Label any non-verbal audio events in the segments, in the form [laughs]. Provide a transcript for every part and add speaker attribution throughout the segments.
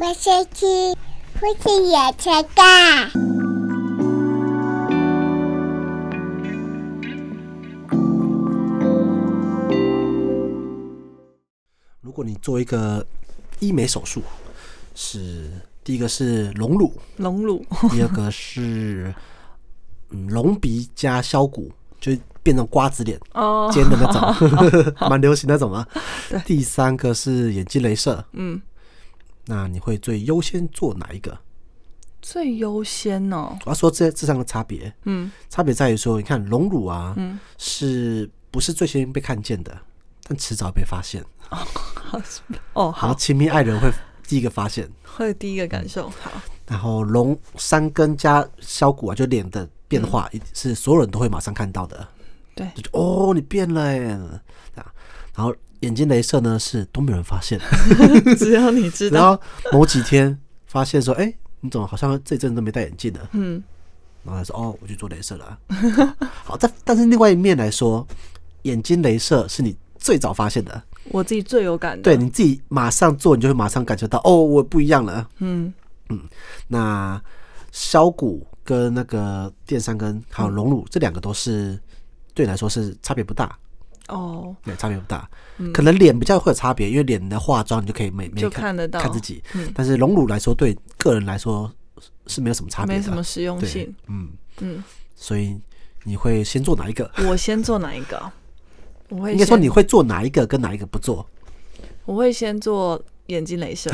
Speaker 1: 我先去，父亲也才干。
Speaker 2: 如果你做一个医美手术，是第一个是隆
Speaker 3: [laughs]
Speaker 2: 乳，
Speaker 3: 隆乳，
Speaker 2: 第二个是嗯隆鼻加削骨，就变成瓜子脸
Speaker 3: 哦
Speaker 2: 尖的
Speaker 3: [laughs]
Speaker 2: 那种，蛮流行那种啊。第三个是眼睛镭射，
Speaker 3: 嗯，
Speaker 2: 那你会最优先做哪一个？
Speaker 3: [laughs] 最优先哦，
Speaker 2: 我要说这这三个差别，
Speaker 3: 嗯，
Speaker 2: 差别在于说，你看隆乳啊，是不是最先被看见的？但迟早被发现，
Speaker 3: 哦，
Speaker 2: 然后
Speaker 3: 好，
Speaker 2: 亲密爱人会第一个发现。
Speaker 3: 会第一个感受，好，
Speaker 2: 然后隆山根加削骨啊，就脸的变化、一是所有人都会马上看到的，
Speaker 3: 对，
Speaker 2: 就哦你变了耶，啊，然后眼睛镭射呢是都没有人发现，
Speaker 3: 只要你知
Speaker 2: 然
Speaker 3: 道，
Speaker 2: 后某几天发现说，哎、你怎么好像这一阵子都没戴眼镜呢？
Speaker 3: 嗯，
Speaker 2: 然后他说哦我去做镭射了啊， [laughs] 好，但但是另外一面来说，眼睛镭射是你最早发现的，
Speaker 3: 我自己最有感的，
Speaker 2: 对，你自己马上做，你就会马上感觉到哦我不一样了。
Speaker 3: 嗯，
Speaker 2: 那削骨跟那个电三根还有
Speaker 3: 嗯
Speaker 2: 隆乳、这两个都是对你来说是差别不大，
Speaker 3: 哦，
Speaker 2: 对，差别不大。可能脸比较会有差别，因为脸的化妆你就可以每每
Speaker 3: 嗯就
Speaker 2: 看
Speaker 3: 看得到，
Speaker 2: 看自己。
Speaker 3: 嗯，
Speaker 2: 但是隆乳来说，对个人来说是是没有什么差别的，
Speaker 3: 没什么实用
Speaker 2: 嗯对
Speaker 3: 性，，
Speaker 2: 嗯，
Speaker 3: 嗯，
Speaker 2: 所以你会先做哪一个？
Speaker 3: 我先做哪一个？我会
Speaker 2: 应该说
Speaker 3: 先
Speaker 2: 你会做哪一个，跟哪一个不做？
Speaker 3: 我会先做眼睛
Speaker 2: [laughs]
Speaker 3: 镭射，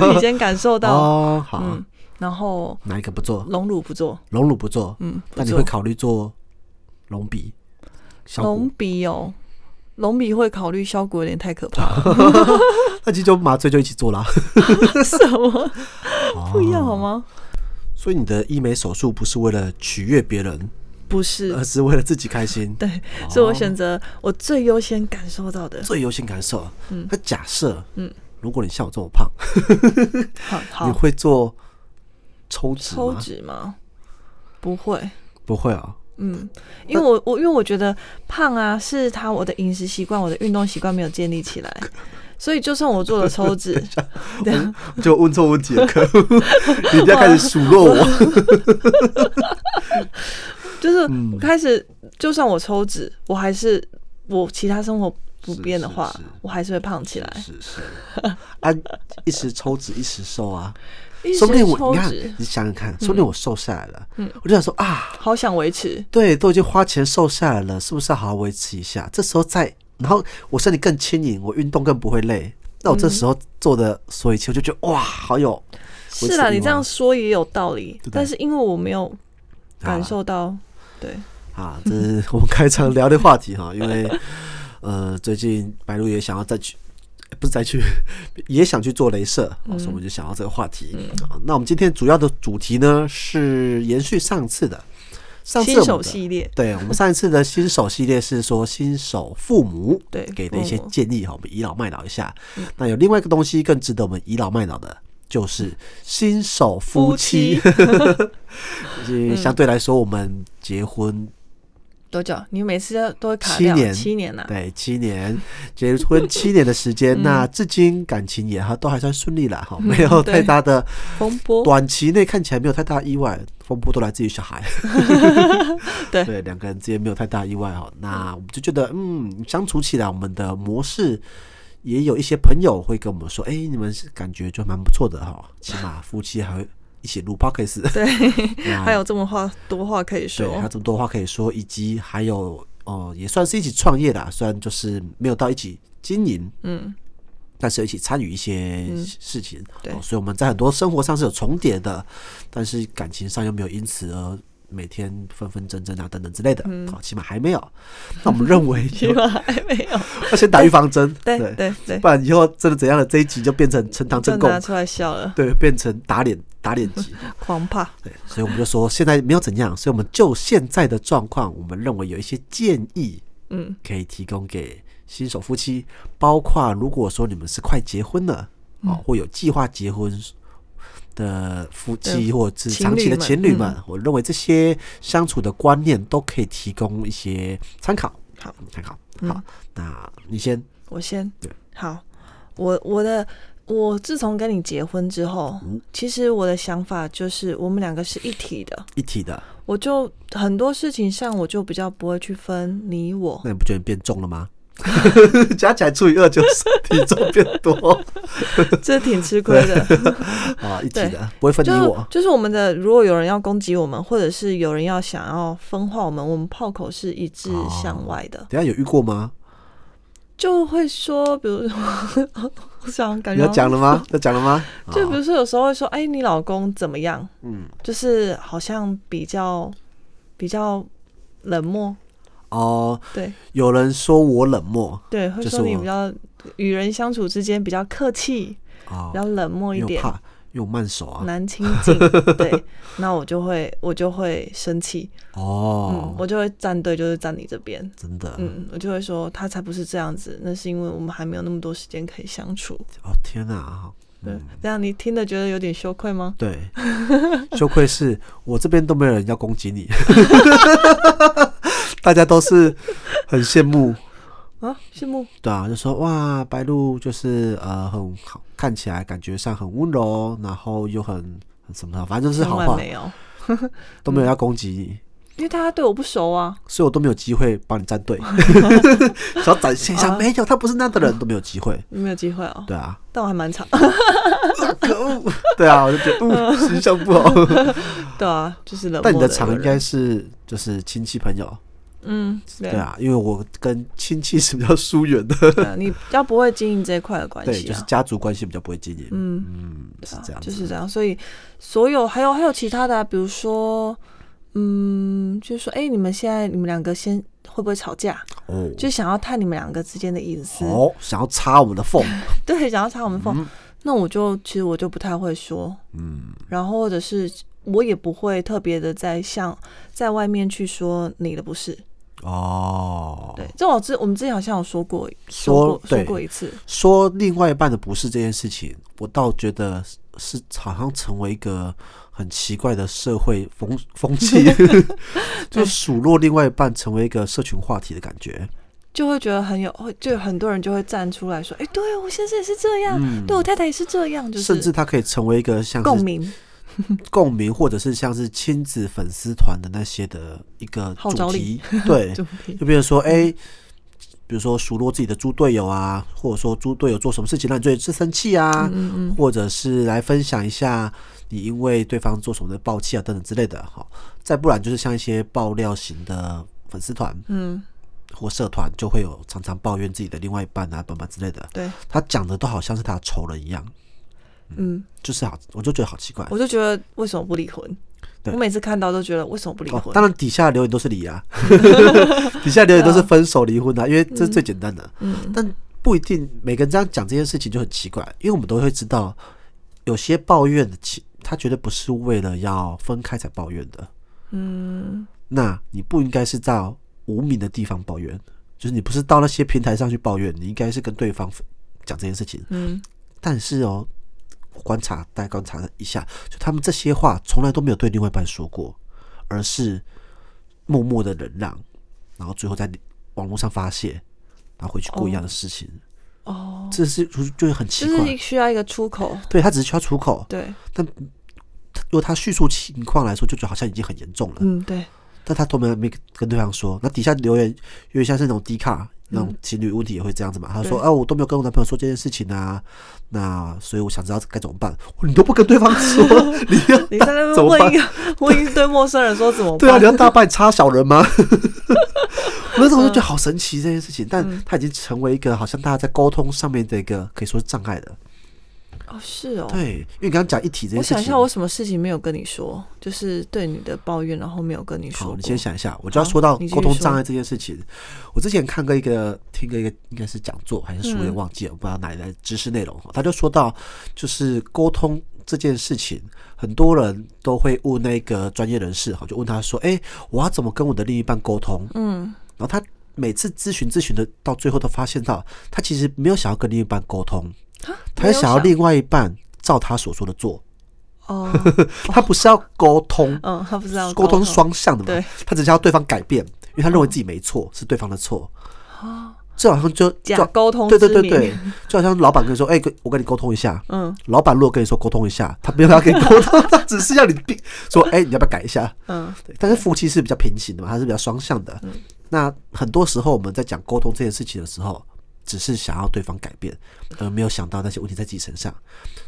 Speaker 3: 自己先感受到，
Speaker 2: 哦，好，
Speaker 3: 嗯，然后
Speaker 2: 哪一个不做？
Speaker 3: 隆乳不做，
Speaker 2: 隆乳不做，
Speaker 3: 嗯，不
Speaker 2: 那你
Speaker 3: 做
Speaker 2: 会考虑做隆鼻、削
Speaker 3: 隆
Speaker 2: 骨？
Speaker 3: 鼻哦，隆鼻会考虑效果有点太可
Speaker 2: 哦
Speaker 3: 怕了，
Speaker 2: 那其实就麻醉就一起做啦。
Speaker 3: [laughs] 什么
Speaker 2: 哦
Speaker 3: 不一样好吗？
Speaker 2: [laughs] 所以你的医美手术不是为了取悦别人，
Speaker 3: 不是
Speaker 2: 而，是为了自己开心，
Speaker 3: 对，所以我选择我最优先感受到的。
Speaker 2: 最优先感受。啊
Speaker 3: 嗯
Speaker 2: 那假设，
Speaker 3: 嗯，
Speaker 2: 如果你像我这么胖，
Speaker 3: 好，
Speaker 2: 哦你
Speaker 3: 好，
Speaker 2: 会做抽脂
Speaker 3: 抽
Speaker 2: 吗？
Speaker 3: 脂吗？不会，
Speaker 2: 不会啊、
Speaker 3: 嗯，因为我我因为我觉得胖啊是他我的饮食习惯、我的运动习惯没有建立起
Speaker 2: [laughs]
Speaker 3: 来，所以就算我做了抽脂， [laughs] 对啊，
Speaker 2: [laughs] 就问错问题了，可恶！ [laughs] 你一定要开始数落 [laughs] 我。
Speaker 3: 就是
Speaker 2: 嗯
Speaker 3: 开始就算我抽脂，我还是我其他生活不变的话
Speaker 2: 是是是，
Speaker 3: 我还是会胖起来。
Speaker 2: 是是，啊，一时抽脂一时瘦啊，
Speaker 3: 一时
Speaker 2: 说不定我
Speaker 3: 抽
Speaker 2: 你看
Speaker 3: 脂，
Speaker 2: 你想想看，说不定我瘦下来了，我就想说啊，
Speaker 3: 好想维持，
Speaker 2: 对，都已经花钱瘦下来了，是不是要好好维持一下？这时候再，然后我身体更轻盈，我运动更不会累。那我这时候做的所有一切，我就觉得哇，好有
Speaker 3: 是
Speaker 2: 维持欲
Speaker 3: 啦，
Speaker 2: 望
Speaker 3: 你这样说也有道理
Speaker 2: 不对，
Speaker 3: 但是因为我没有感受到，对，
Speaker 2: 啊！这是我们开场聊的话题哈，因为 [laughs] 呃，最近白鹿也想要再去。呃不是再去， [laughs] 也想去做镭射，哦所以我们就想到这个话题、
Speaker 3: 嗯
Speaker 2: 啊。那我们今天主要的主题呢是延续上次的，上次
Speaker 3: 新
Speaker 2: 我们
Speaker 3: 手
Speaker 2: 的
Speaker 3: 系列，
Speaker 2: 对我们上一次的新手系列是说新手父母
Speaker 3: 对
Speaker 2: 给的一些
Speaker 3: 父母嗯
Speaker 2: 建议哈，我们倚老卖老一下。那有另外一个东西更值得我们倚老卖老的，就是新手夫妻。 [laughs] 就是相对来说，我们结婚
Speaker 3: 多久？你每次都都会卡
Speaker 2: 七
Speaker 3: 掉
Speaker 2: 年
Speaker 3: 七年呐、啊
Speaker 2: 对七年，结婚七年的时
Speaker 3: 嗯
Speaker 2: 间，那至今感情也还都还算顺利啦，哈，没有
Speaker 3: 对
Speaker 2: 太大的
Speaker 3: 风波，
Speaker 2: 短期内看起来没有太大意外，风波都来自于小孩。
Speaker 3: [laughs] 对
Speaker 2: 对，两个人之间没有太大意外哈。那我们就觉得，嗯，相处起来我们的模式也有一些朋友会跟我们说，哎、你们是感觉就蛮不错的哈，起码夫妻还会一起录 podcast，
Speaker 3: [laughs] 对，
Speaker 2: 那
Speaker 3: [laughs] 还有这么话多话可以
Speaker 2: 对，还有
Speaker 3: 说，
Speaker 2: 这么多话可以说，以及还有哦、呃也算是一起创业啦，虽然就是没有到一起经营，
Speaker 3: 嗯，
Speaker 2: 但是有一起参与一些
Speaker 3: 嗯
Speaker 2: 事情、
Speaker 3: 对
Speaker 2: 哦，所以我们在很多生活上是有重叠的，但是感情上又没有因此而每天纷纷争争啊等等之类的，
Speaker 3: 嗯
Speaker 2: 好、起码还没有。那我们认
Speaker 3: [laughs]
Speaker 2: 为
Speaker 3: 起码还没有，
Speaker 2: [laughs] 要先打预防针，
Speaker 3: 对对对
Speaker 2: 不，然以后真的怎样了，这一集就变成呈堂
Speaker 3: 就
Speaker 2: 证供
Speaker 3: 拿，出来笑了，
Speaker 2: 对，变成打脸打脸集，
Speaker 3: 狂怕，
Speaker 2: 对，所以我们就说现在没有怎样，所以我们就现在的状况，我们认为有一些建议
Speaker 3: 嗯，
Speaker 2: 可以提供给新手夫妻，包括如果说你们是快结婚了，
Speaker 3: 嗯
Speaker 2: 哦，或有计划结婚的夫妻，
Speaker 3: 的
Speaker 2: 或者是
Speaker 3: 情
Speaker 2: 长期
Speaker 3: 侣
Speaker 2: 的
Speaker 3: 们
Speaker 2: 情侣
Speaker 3: 嗯
Speaker 2: 们，我认为这些相处的观念都可以提供一些参考。
Speaker 3: 好，
Speaker 2: 参考。
Speaker 3: 嗯
Speaker 2: 好，那你先
Speaker 3: 我先
Speaker 2: 对，
Speaker 3: 好，我我的我自从跟你结婚之后，
Speaker 2: 嗯
Speaker 3: 其实我的想法就是我们两个是一体的，
Speaker 2: 一体的，
Speaker 3: 我就很多事情上我就比较不会去分你我。
Speaker 2: 那你不觉得你变重了
Speaker 3: [laughs]
Speaker 2: 吗？ [laughs] 加起来除以二就是体重变多
Speaker 3: 这挺吃亏的。
Speaker 2: 啊，一体
Speaker 3: 对
Speaker 2: 的，不会分你
Speaker 3: 就
Speaker 2: 我。
Speaker 3: 就是我们的，如果有人要攻击我们，或者是有人要想要分化我们，我们炮口是一致向外的，
Speaker 2: 等一下有遇过吗？
Speaker 3: 就会说，比如 [laughs] 说，我想哦感
Speaker 2: 你
Speaker 3: 觉
Speaker 2: 要
Speaker 3: 好像
Speaker 2: 讲了
Speaker 3: [laughs]
Speaker 2: 吗？要讲了吗？
Speaker 3: 就
Speaker 2: 啊
Speaker 3: 比如说，有时候会说，哎、你老公怎么样？
Speaker 2: 嗯，
Speaker 3: 就是好像比较比较冷漠，
Speaker 2: 哦，
Speaker 3: 对
Speaker 2: 有人说我冷漠
Speaker 3: 对，会
Speaker 2: 就是
Speaker 3: 说你
Speaker 2: 我
Speaker 3: 比较与人相处之间比较客气，
Speaker 2: 啊
Speaker 3: 比，较冷漠一
Speaker 2: 因为我
Speaker 3: 点，
Speaker 2: 哦怕，因为我慢手啊。
Speaker 3: 难亲近。 [laughs] 对，那我就会我就会生气，嗯
Speaker 2: 哦，，
Speaker 3: 我就会站队，就是站你这边。
Speaker 2: 真的，
Speaker 3: 嗯，我就会说他才不是这样子，那是因为我们还没有那么多时间可以相处。
Speaker 2: 哦，天哪啊！
Speaker 3: 对，这样你听了觉得有点羞愧吗？
Speaker 2: 对，
Speaker 3: [laughs]
Speaker 2: 羞愧是我这边都没有人要攻击你， [laughs] 大家都是很羡慕，
Speaker 3: 啊，羡慕
Speaker 2: 对啊，就说哇，白鹿就是呃很好，看起来感觉上很温柔，然后又很很什么的，反正就是
Speaker 3: 千
Speaker 2: 好
Speaker 3: 万
Speaker 2: 话，
Speaker 3: 没有，嗯
Speaker 2: 都没有要攻击你，
Speaker 3: 因为大家对我不熟啊。
Speaker 2: 所以我都没有机会帮你站
Speaker 3: [laughs]
Speaker 2: 队，想要展现一下
Speaker 3: 啊
Speaker 2: 没有，他不是那样的人都没有机会，
Speaker 3: 没有机会哦，
Speaker 2: 对啊，
Speaker 3: 但我还蛮
Speaker 2: [laughs]
Speaker 3: 惨。
Speaker 2: 可恶，对啊，我就觉得嗯，形象不好，
Speaker 3: 对啊，就是冷漠
Speaker 2: [laughs] 但你的
Speaker 3: 一
Speaker 2: 场
Speaker 3: 个
Speaker 2: 应该
Speaker 3: 人
Speaker 2: 是就是亲戚朋友。
Speaker 3: 嗯，对
Speaker 2: 对啊，因为我跟亲戚是比较疏远的，
Speaker 3: 对啊，你比较不会经营这一块的关
Speaker 2: 对，
Speaker 3: 系
Speaker 2: 就是
Speaker 3: 啊。
Speaker 2: 家族关系比较不会经营，
Speaker 3: 嗯
Speaker 2: 嗯，
Speaker 3: 对
Speaker 2: 是
Speaker 3: 啊
Speaker 2: 这样子，
Speaker 3: 就是这样。所以所有还有还有其他的啊、比如说，嗯，就是说，哎、你们现在你们两个先会不会吵架？
Speaker 2: 哦，
Speaker 3: 就想要探你们两个之间的隐私，
Speaker 2: 哦，想要插我们的缝，
Speaker 3: [laughs] 对，想要插我们缝。那我就其实我就不太会说，
Speaker 2: 嗯，
Speaker 3: 然后或者是我也不会特别的在向在外面去说你的不是。
Speaker 2: 哦，
Speaker 3: 对，这我之我们之前好像有说过，
Speaker 2: 说
Speaker 3: 说过说
Speaker 2: 对
Speaker 3: 过一次。
Speaker 2: 说另外一半的不是这件事情，我倒觉得是是好像成为一个很奇怪的社会风风
Speaker 3: [laughs]
Speaker 2: 气，就数落另外一半成为一个社群话题的感觉，
Speaker 3: 就会觉得很有，会就有很多人就会站出来说：“哎、对我先生也是这样，对我太太也是这样，就
Speaker 2: 嗯
Speaker 3: 是
Speaker 2: 甚至它可以成为一个像
Speaker 3: 共
Speaker 2: 是哎
Speaker 3: 鸣。
Speaker 2: 共鸣，或者是像是亲子粉丝团的那些的一个
Speaker 3: 号召
Speaker 2: 主
Speaker 3: 力
Speaker 2: 题，对，
Speaker 3: 就比
Speaker 2: 就比如说，哎、比如说数落自己的猪队友啊，或者说猪队友做什么事情让你最最生气啊，
Speaker 3: 嗯嗯
Speaker 2: 或者是来分享一下你因为对方做什么的暴气啊等等之类的。好，再不然就是像一些爆料型的粉丝团
Speaker 3: 嗯，
Speaker 2: 或社团，就会有常常抱怨自己的另外一半啊、短板之类的，
Speaker 3: 对，
Speaker 2: 他讲的都好像是他的仇人一样，
Speaker 3: 嗯，
Speaker 2: 就是好，我就觉得好奇怪。
Speaker 3: 我就觉得为什么不离婚？
Speaker 2: 对
Speaker 3: 我每次看到都觉得为什么不离
Speaker 2: 哦
Speaker 3: 婚？，
Speaker 2: 当然底下留言都是离
Speaker 3: [laughs]
Speaker 2: 啊，底下留言都是分手离婚啊，因为这是最简单的。
Speaker 3: 嗯，
Speaker 2: 但不一定每个人这样讲这件事情就很奇怪，因为我们都会知道，有些抱怨的其他绝对不是为了要分开才抱怨的。
Speaker 3: 嗯，
Speaker 2: 那你不应该是到无名的地方抱怨，就是你不是到那些平台上去抱怨，你应该是跟对方讲这件事情。
Speaker 3: 嗯，
Speaker 2: 但是哦，我观察大家观察了一下，就他们这些话从来都没有对另外一半说过，而是默默的忍让，然后最后在网络上发泄，然后回去过一样的事情。
Speaker 3: 哦，
Speaker 2: 这是就就会很奇
Speaker 3: 就
Speaker 2: 怪
Speaker 3: 是。需要一个出口。
Speaker 2: 对他只是需要出口，
Speaker 3: 对，
Speaker 2: 如果他叙述情况来说，就觉得好像已经很严重了，
Speaker 3: 嗯，对，
Speaker 2: 但他都没有没跟对方说。那底下留言有点像是那种低卡那种情侣问题也会这样子嘛？他说：“
Speaker 3: 对
Speaker 2: 啊，我都没有跟我男朋友说这件事情啊，那所以我想知道该怎么办。你都不跟对方
Speaker 3: [laughs]
Speaker 2: 说， [laughs] 你要
Speaker 3: 你在那
Speaker 2: 怎么
Speaker 3: 边问
Speaker 2: 办
Speaker 3: 一个 [laughs] 问一堆陌生人说怎
Speaker 2: [laughs]
Speaker 3: 么
Speaker 2: 对啊，
Speaker 3: 办
Speaker 2: 你？要大拜插小人
Speaker 3: [laughs]
Speaker 2: 吗？”我那时候就觉得
Speaker 3: 嗯
Speaker 2: 好神奇这件事情，但他已经成为一个好像大家在沟通上面的一个可以说是障碍的。
Speaker 3: 哦，是哦。
Speaker 2: 对，因为你刚刚讲一体这件
Speaker 3: 我
Speaker 2: 事情，
Speaker 3: 想一下，我什么事情没有跟你说，就是对你的抱怨，然后没有跟你说
Speaker 2: 好，
Speaker 3: 过。
Speaker 2: 你先想一下，我就要
Speaker 3: 好
Speaker 2: 说到
Speaker 3: 你继续
Speaker 2: 沟通
Speaker 3: 说
Speaker 2: 障碍这件事情。我之前看过一个，听过一个，应该是讲座还是书，有
Speaker 3: 嗯
Speaker 2: 点忘记了，我不知道哪里来的知识内容。他就说到，就是沟通这件事情，很多人都会问那个专业人士，哈，就问他说：“哎、我要怎么跟我的另一半沟通？”
Speaker 3: 嗯，
Speaker 2: 然后他每次咨询咨询的，到最后都发现到，他其实没有想要跟另一半沟通，
Speaker 3: 啊
Speaker 2: 他
Speaker 3: 没有
Speaker 2: 想要另外一半照他所说的做， [laughs]
Speaker 3: 哦，
Speaker 2: 他不是要沟通，
Speaker 3: 嗯，他不知道
Speaker 2: 沟通是双向的嘛
Speaker 3: 对，嗯
Speaker 2: 他只是要对方改变，因为他认为自己没错，是对方的错。这好像就就
Speaker 3: 哦假沟通
Speaker 2: 对对
Speaker 3: 之
Speaker 2: 对
Speaker 3: 名
Speaker 2: 对，就好像老板跟你说，哎、跟我跟你沟通一下。
Speaker 3: 嗯
Speaker 2: 老板如果跟你说沟通一下，他没有要跟你沟通，他只是要你并说，哎、你要不要改一下？
Speaker 3: 嗯
Speaker 2: 对，但是夫妻是比较平行的嘛，它是比较双向的。那很多时候我们在讲沟通这件事情的时候，只是想要对方改变，而没有想到那些问题在自己身上。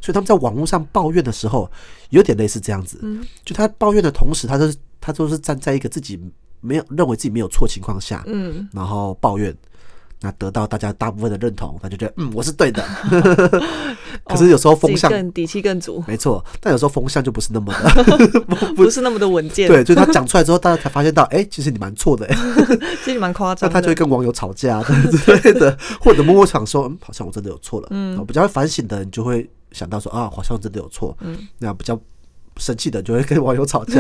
Speaker 2: 所以他们在网络上抱怨的时候，有点类似这样子，
Speaker 3: 嗯
Speaker 2: 就他抱怨的同时，他都是他都是站在一个自己没有认为自己没有错情况下，
Speaker 3: 嗯，
Speaker 2: 然后抱怨。那得到大家大部分的认同，他就觉得嗯我是对的，可是有时候风
Speaker 3: 自己
Speaker 2: 向
Speaker 3: 更底气更足，
Speaker 2: 没错，但有时候风向就不是那么的， [laughs]
Speaker 3: 不是那么的稳健，
Speaker 2: 对，就是他讲出来之后，大家才发现到，哎、其实你蛮错的、哎
Speaker 3: 其实蛮夸
Speaker 2: 那
Speaker 3: 张
Speaker 2: 他就会
Speaker 3: 的。
Speaker 2: 跟网友吵架之类的，或者默默想说，嗯，好像我真的有错了。嗯，比较反省的人就会想到说，啊，好像真的有错。嗯，那比较生气的就会跟网友吵 [laughs] 架，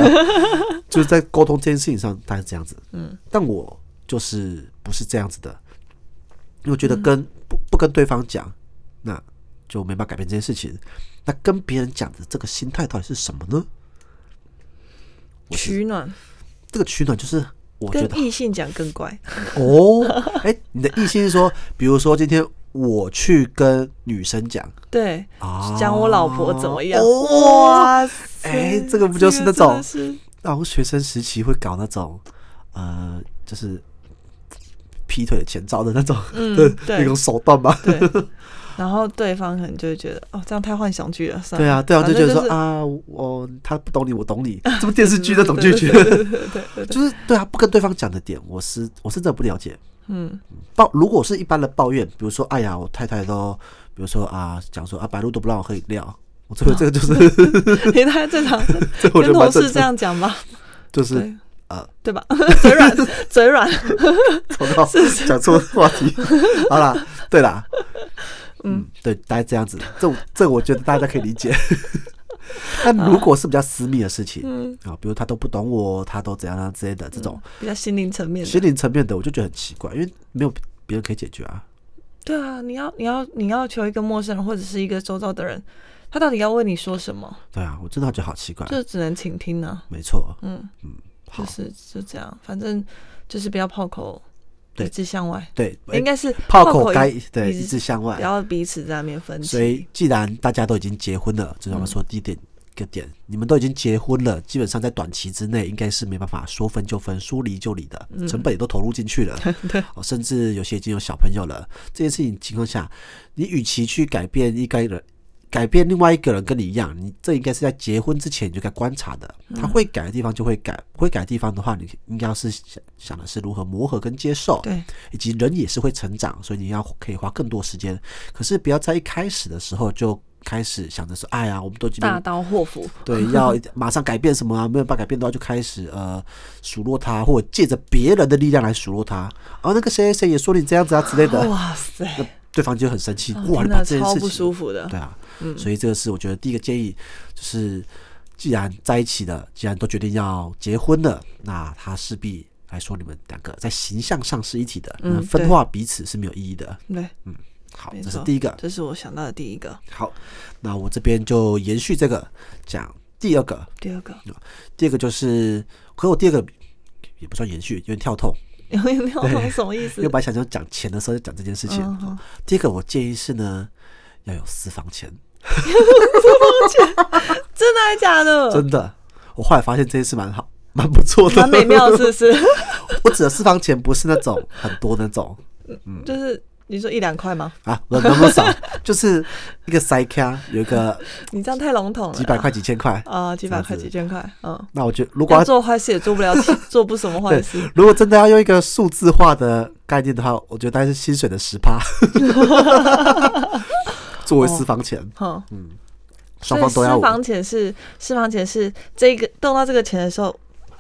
Speaker 2: 就是在沟通这件事情上，大概是这样子。嗯，但我就是不是这样子的，因为我觉得跟、不不跟对方讲，那就没办法改变这件事情。那跟别人讲的这个心态到底是什么呢？我觉得
Speaker 3: 取暖
Speaker 2: 这个取暖就是我觉
Speaker 3: 跟
Speaker 2: 得
Speaker 3: 异性讲更乖，
Speaker 2: 哦，哎、你的意思是说，比如说今天我去跟女生讲
Speaker 3: 对，
Speaker 2: 啊，
Speaker 3: 讲我老婆怎么样？
Speaker 2: 哇，
Speaker 3: 哇塞，
Speaker 2: 哎这个不就是那种
Speaker 3: 这个真的是
Speaker 2: 然后学生时期会搞那种，呃，就是劈腿的前兆的那种，
Speaker 3: 嗯
Speaker 2: 的
Speaker 3: 对
Speaker 2: 那种手段吧。
Speaker 3: [laughs] 对，
Speaker 2: [laughs]
Speaker 3: 然后对方可能就会觉得哦，这样太幻想剧了，算了。
Speaker 2: 对啊，对啊，
Speaker 3: 反
Speaker 2: 就
Speaker 3: 正
Speaker 2: 觉得说、
Speaker 3: 是
Speaker 2: 啊，我他不懂你，我懂你，这不电视剧那种拒
Speaker 3: [laughs]
Speaker 2: 绝， [laughs] 就是对啊，不跟对方讲的点，我是我是真的不了解。
Speaker 3: 嗯， [laughs]
Speaker 2: 抱如果是一般的抱怨，比如说哎呀，我太太都，比如说啊，讲说啊，白露都不让我喝饮料，我这个这个就是 [laughs]
Speaker 3: 你太正常，
Speaker 2: 这 [laughs] 个我觉
Speaker 3: 跟
Speaker 2: 得蛮
Speaker 3: 同
Speaker 2: 正常
Speaker 3: 事这样讲吧，
Speaker 2: 就是
Speaker 3: 对
Speaker 2: 呃，
Speaker 3: 对吧？ [laughs] 嘴软，嘴软，
Speaker 2: [laughs] 我靠，讲错话
Speaker 3: [laughs]
Speaker 2: 题。好啦，对啦，嗯，对，大概这样子，这
Speaker 3: [laughs]
Speaker 2: 我这我觉得大家可以理解。但如果是比较私密的事
Speaker 3: 嗯
Speaker 2: 情，啊，比如他都不懂我，他都怎样啊之类的这种
Speaker 3: 比较心灵层面的。
Speaker 2: 心灵层面的，我就觉得很奇怪，因为没有别人可以解决啊。
Speaker 3: 对啊，你要你要你要求一个陌生人或者是一个周遭的人，他到底要为你说什么？
Speaker 2: 对啊，我真的觉得好奇怪。
Speaker 3: 就只能倾听呢、
Speaker 2: 没错，
Speaker 3: 嗯，
Speaker 2: 好
Speaker 3: 就，是就这样，反正就是不要炮口
Speaker 2: 对
Speaker 3: 一致向外，
Speaker 2: 对，哎
Speaker 3: 应该是
Speaker 2: 炮口该
Speaker 3: 一
Speaker 2: 对一致向外
Speaker 3: 不。要彼此在那边分
Speaker 2: 所
Speaker 3: 歧
Speaker 2: 以。，既然大家都已经结婚了，这是我们说第一点一个点，你们都已经结婚了，基本上在短期之内应该是没办法说分就分、说离就离的，
Speaker 3: 嗯
Speaker 2: 成本也都投入进去
Speaker 3: [laughs]
Speaker 2: 了，哦，甚至有些已经有小朋友了。这件事情情况下，你与其去改变一个人。改变另外一个人跟你一样，你这应该是在结婚之前你就该观察的。
Speaker 3: 嗯
Speaker 2: 他会改的地方就会改，不会改的地方的话，你应该要是想想的是如何磨合跟接受。
Speaker 3: 对，
Speaker 2: 以及人也是会成长，所以你要可以花更多时间。可是不要在一开始的时候就开始想着说，哎呀，我们都已经没有
Speaker 3: 大刀阔斧，
Speaker 2: [laughs] 对要马上改变什么啊，没有办法改变的话，就开始呃数落他，或者借着别人的力量来数落他。啊，那个谁谁谁也说你这样子啊之类的，
Speaker 3: 哇塞，
Speaker 2: 那对方就很生气，哇，
Speaker 3: 哦真
Speaker 2: 你把
Speaker 3: 的
Speaker 2: 这件
Speaker 3: 超
Speaker 2: 事
Speaker 3: 不
Speaker 2: 情
Speaker 3: 舒服的。
Speaker 2: 对啊，
Speaker 3: 嗯
Speaker 2: 所以这个是我觉得第一个建议，就是既然在一起了，既然都决定要结婚了，那他势必来说你们两个在形象上是一体的，
Speaker 3: 嗯
Speaker 2: 那分
Speaker 3: 对
Speaker 2: 化彼此是没有意义的。
Speaker 3: 对，
Speaker 2: 好
Speaker 3: 没，
Speaker 2: 这是
Speaker 3: 错
Speaker 2: 第一个。
Speaker 3: 这是我想到的第一个，
Speaker 2: 好，那我这边就延续这个讲第二个，
Speaker 3: 第二个
Speaker 2: 第二个就是，可我第二个也不算延续，有点跳痛，
Speaker 3: 有没有懂什么
Speaker 2: [laughs]
Speaker 3: 意
Speaker 2: 因
Speaker 3: 思
Speaker 2: 为？本来想说讲钱的时候就讲这件事情。
Speaker 3: 嗯哼
Speaker 2: 第一个我建议是呢，要有私房钱。
Speaker 3: 真的还假 [laughs] 的？
Speaker 2: 真的，我后来发现这件事蛮好，蛮不错的，
Speaker 3: 蛮美妙，是不是？
Speaker 2: [laughs] 我指的私房钱不是那种很多那种嗯
Speaker 3: 就是你说一两块吗？
Speaker 2: 啊，我能不
Speaker 3: [laughs]
Speaker 2: 少，就是一个塞卡有一个
Speaker 3: 你这样太笼统了啦。
Speaker 2: 几百块、几千块。
Speaker 3: 啊，几百块、
Speaker 2: 这样子
Speaker 3: 几千块，嗯。
Speaker 2: 那我觉得，如果
Speaker 3: 要
Speaker 2: 要
Speaker 3: 做坏事也做
Speaker 2: [laughs]
Speaker 3: 不了，做不什么坏
Speaker 2: 对
Speaker 3: 事。，
Speaker 2: 如果真的要用一个数字化的概念的话，我觉得大概是薪水的十
Speaker 3: [laughs]
Speaker 2: 趴，作为私房钱，
Speaker 3: 哼，哦嗯所
Speaker 2: 嗯双
Speaker 3: 以
Speaker 2: 方都要
Speaker 3: 私
Speaker 2: 有。
Speaker 3: 房钱是私房钱是这个动到这个钱的时候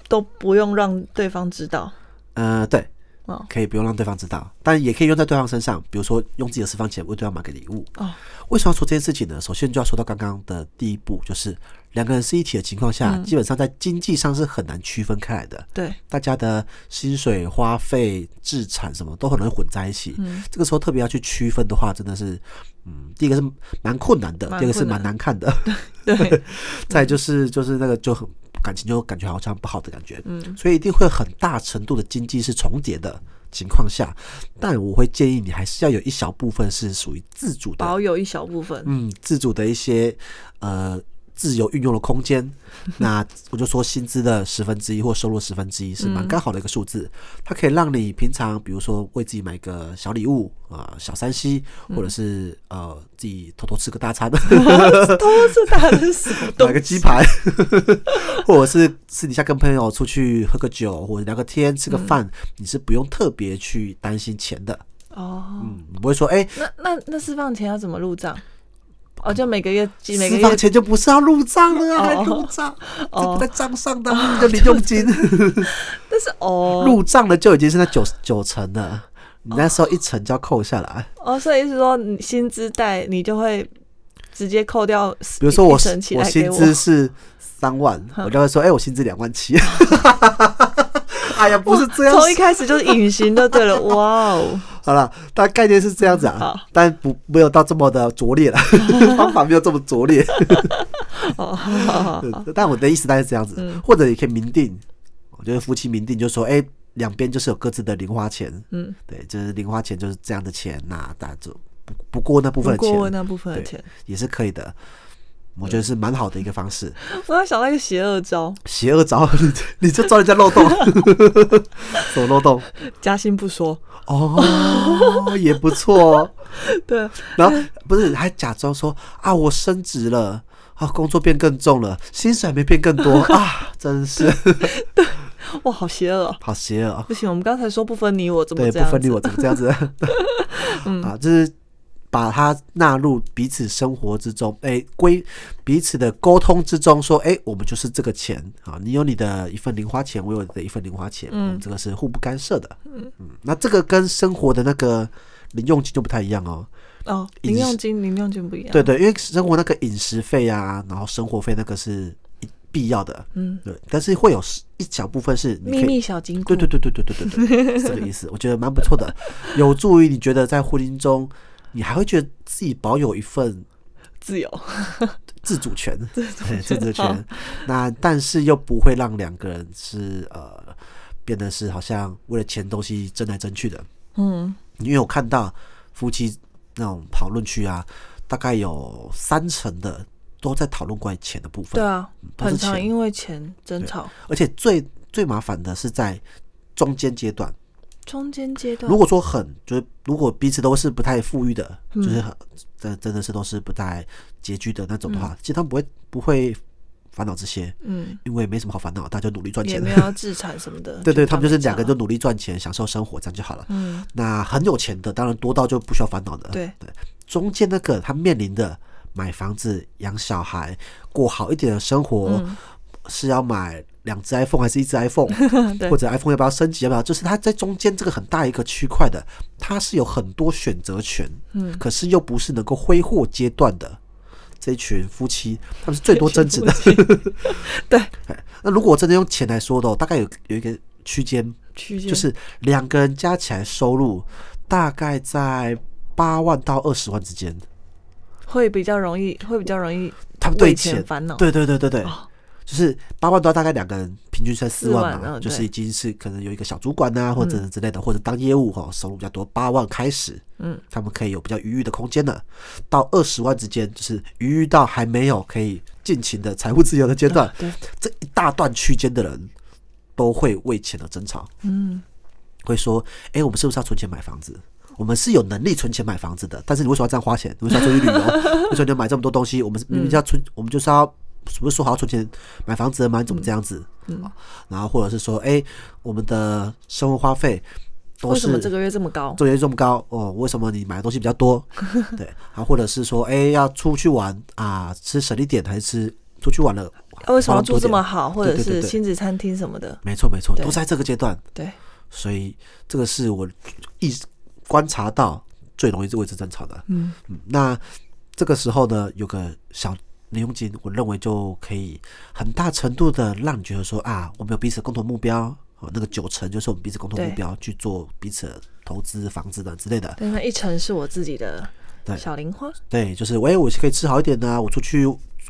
Speaker 3: 都不用让对方知道。
Speaker 2: 呃，对
Speaker 3: 哦，
Speaker 2: 可以不用让对方知道，但也可以用在对方身上，比如说用自己的私房钱为对方买个礼物。
Speaker 3: 哦，
Speaker 2: 为什么要说这件事情呢？首先就要说到刚刚的第一步，就是两个人是一体的情况
Speaker 3: 嗯
Speaker 2: 下，基本上在经济上是很难区分开来的。
Speaker 3: 对，
Speaker 2: 大家的薪水、花费、资产什么都很容易混在一起。
Speaker 3: 嗯
Speaker 2: 这个时候特别要去区分的话，真的是，嗯，第一个是蛮困难的，
Speaker 3: 蛮
Speaker 2: 第二个是
Speaker 3: 困难
Speaker 2: 蛮难看的，
Speaker 3: 对，
Speaker 2: 再就是就是那个就很感情就感觉好像不好的感觉。嗯，所以一定会有很大程度的经济是重叠的。情况下，但我会建议你还是要有一小部分是属于自主的，
Speaker 3: 保有一小部分。
Speaker 2: 嗯，自主的一些呃自由运用的空间。那我就说薪资的十分之一或收入十分之一是蛮刚好的一个数字，它可以让你平常比如说为自己买个小礼物啊、呃小三西，或者是呃自己偷偷吃个大餐， [laughs]
Speaker 3: 都是大的什么东
Speaker 2: 买个
Speaker 3: 西
Speaker 2: 鸡排，或者是私底下跟朋友出去喝个酒或者聊个天吃个
Speaker 3: 嗯
Speaker 2: 饭，你是不用特别去担心钱的。
Speaker 3: 哦。
Speaker 2: 嗯，你不会说哎。
Speaker 3: 那那那私放前要怎么入账？哦，就每个月记，每个
Speaker 2: 私
Speaker 3: 月
Speaker 2: 房钱就不是要入账了啊，
Speaker 3: 哦
Speaker 2: 还入账，这
Speaker 3: 哦
Speaker 2: 不在账上的 [laughs] 啊，就零用金。
Speaker 3: 但是哦，
Speaker 2: [laughs] 入账的就已经是那九九成了，你那时候一成就要扣下来。
Speaker 3: 哦，所以是说你薪资袋你就会直接扣掉一，
Speaker 2: 比如说我
Speaker 3: 一成起
Speaker 2: 我
Speaker 3: 来给
Speaker 2: 薪
Speaker 3: 我
Speaker 2: 资是三万，我就会说，哎，我薪资两万七。 [laughs] 哎呀，不是这样，
Speaker 3: 从一开始就是隐形就
Speaker 2: [laughs]
Speaker 3: 对了，哇哦，
Speaker 2: 好了，大概念是这样子啊
Speaker 3: 好，
Speaker 2: 但不没有到这么的拙劣了， [laughs] 方法没有这么拙劣。
Speaker 3: 哦，好好好好嗯
Speaker 2: 但我的意思大概是这样子，或者也可以明定，我觉得夫妻明定就说，哎、两边就是有各自的零花钱，
Speaker 3: 嗯，
Speaker 2: 对，就是零花钱就是这样的钱呐、大家就不不过那部分
Speaker 3: 不
Speaker 2: 的钱
Speaker 3: 过问那部分的
Speaker 2: 对
Speaker 3: 钱，嗯
Speaker 2: 也是可以的，我觉得是蛮好的一个方式。
Speaker 3: 我要想到一个邪恶招，
Speaker 2: 邪恶找 [laughs] 你，你就找人家漏洞， [laughs] 什么漏洞？
Speaker 3: 加薪
Speaker 2: [laughs]
Speaker 3: 不说，
Speaker 2: 哦，也不错哦。
Speaker 3: 对，
Speaker 2: 然后不是还假装说啊，我升职了。啊，工作变更重了，薪水还没变更多
Speaker 3: [laughs]
Speaker 2: 啊，真是
Speaker 3: 哇，好邪恶、哦。
Speaker 2: 好邪恶、哦。
Speaker 3: 不行，我们刚才说不分你我，怎么
Speaker 2: 对，
Speaker 3: 这
Speaker 2: 不
Speaker 3: 样子？嗯
Speaker 2: 分你我怎么这样
Speaker 3: [laughs]
Speaker 2: 子？啊，就是把它纳入彼此生活之中，哎、归彼此的沟通之中，说，哎、我们就是这个钱啊，你有你的一份零花钱，我有我的一份零花钱，嗯，这个是互不干涉的，嗯那这个跟生活的那个零用金就不太一样哦，
Speaker 3: 哦，
Speaker 2: 饮
Speaker 3: 零用
Speaker 2: 食
Speaker 3: 金，零用金不一样。
Speaker 2: 对对，因为生活那个饮食费啊，然后生活费那个是一必要的，
Speaker 3: 嗯，
Speaker 2: 对，但是会有一小部分是你可
Speaker 3: 秘
Speaker 2: 以
Speaker 3: 密小金库，
Speaker 2: 对对对对对对对对，是这个意思，我觉得蛮不错的，有助于你觉得在婚姻中，你还会觉得自己保有一份
Speaker 3: 自由。
Speaker 2: 自主权，自主权，自主
Speaker 3: 好
Speaker 2: 权。那但是又不会让两个人是呃变得是好像为了钱东西争来争去的，
Speaker 3: 嗯，
Speaker 2: 因为我看到夫妻那种讨论区啊，大概有三成的都在讨论关于钱的部分，
Speaker 3: 对啊，
Speaker 2: 都是
Speaker 3: 很常
Speaker 2: 钱
Speaker 3: 因为钱争
Speaker 2: 对
Speaker 3: 吵。
Speaker 2: 而且最最麻烦的是在中间阶段。
Speaker 3: 中间阶段
Speaker 2: 如，果说很，就是如果彼此都是不太富裕的，
Speaker 3: 嗯
Speaker 2: 就是很真真的是都是不太拮据的那种的话，其实他们不会不会烦恼这些，
Speaker 3: 嗯，
Speaker 2: 因为没什么好烦恼，大家就努力赚
Speaker 3: 也
Speaker 2: 钱 [laughs]
Speaker 3: 没。有要自产什么的。
Speaker 2: 对对，
Speaker 3: 基
Speaker 2: 他
Speaker 3: 本
Speaker 2: 们就是
Speaker 3: 上
Speaker 2: 两个人
Speaker 3: 没差
Speaker 2: 就努力赚钱，享受生活，这样就好了。
Speaker 3: 嗯，
Speaker 2: 那很有钱的，当然多到就不需要烦恼的。
Speaker 3: 对
Speaker 2: 对，中间那个他面临的买房子、养小孩、过好一点的生活，是要买两只 iPhone 还是一只 iPhone？
Speaker 3: 对
Speaker 2: 或者 iPhone 要不要升级，要不要？就是它在中间这个很大一个区块的，它是有很多选择权，嗯，可是又不是能够挥霍阶段的这一群夫妻，他们是最多争
Speaker 3: [laughs]
Speaker 2: 执的。
Speaker 3: 对
Speaker 2: 哎 [laughs] 那如果真的用钱来说的哦，大概有有一个区间，
Speaker 3: 区 [laughs] 间
Speaker 2: 就是两个人加起来收入大概在八万到二十万之间，
Speaker 3: 会比较容易，会比较容易
Speaker 2: 他们
Speaker 3: 为
Speaker 2: 对
Speaker 3: 钱
Speaker 2: 钱
Speaker 3: 烦恼。
Speaker 2: 对对对对对，
Speaker 3: 哦
Speaker 2: 就是八万多，大概两个人平均才四万
Speaker 3: 四
Speaker 2: 嘛，
Speaker 3: 万嗯
Speaker 2: 就是
Speaker 3: 对
Speaker 2: 已经是可能有一个小主管呐、或者之类的，或者当业务哈、收入比较多，八万开始，
Speaker 3: 嗯，
Speaker 2: 他们可以有比较余裕的空间了。到二十万之间，就是余裕到还没有可以尽情的财务自由的阶段，
Speaker 3: 啊对
Speaker 2: 这一大段区间的人都会为钱而争吵，
Speaker 3: 嗯，
Speaker 2: 会说，哎、我们是不是要存钱买房子？我们是有能力存钱买房子的，但是你为什么要这样花钱？你为什么要出去旅
Speaker 3: [laughs]
Speaker 2: 游？为什么你要买这么多东西？我们是
Speaker 3: 嗯
Speaker 2: 明明就要存，我们就是要不是说好要存钱买房子的
Speaker 3: 嗯
Speaker 2: 吗？你怎么这样子？啊然后或者是说，哎、我们的生活花费都
Speaker 3: 为
Speaker 2: 是
Speaker 3: 什么这个月这么高？
Speaker 2: 作业这么高哦，为什么你买的东西比较
Speaker 3: [laughs]
Speaker 2: 多？对，啊，或者是说，哎、要出去玩啊，吃省一点还是吃出去玩了？
Speaker 3: 啊为什么要
Speaker 2: 花多
Speaker 3: 住这
Speaker 2: 点
Speaker 3: 么好，或者
Speaker 2: 对对
Speaker 3: 是
Speaker 2: 对对
Speaker 3: 亲子餐厅什么的？
Speaker 2: 没错，没错，
Speaker 3: 对
Speaker 2: 都在这个阶段，
Speaker 3: 对，
Speaker 2: 所以这个是我一观察到最容易为之争吵的。
Speaker 3: 嗯
Speaker 2: 嗯，那这个时候呢，有个小零用金，我认为就可以很大程度的让你觉得说啊，我们有彼此共同目标，哦，那个九成就是我们彼此共同目
Speaker 3: 对
Speaker 2: 标去做彼此的投资、房子等之类的。
Speaker 3: 但那一层是我自己的
Speaker 2: 对
Speaker 3: 小零花，
Speaker 2: 对，就是喂、我可以吃好一点的啊、我出去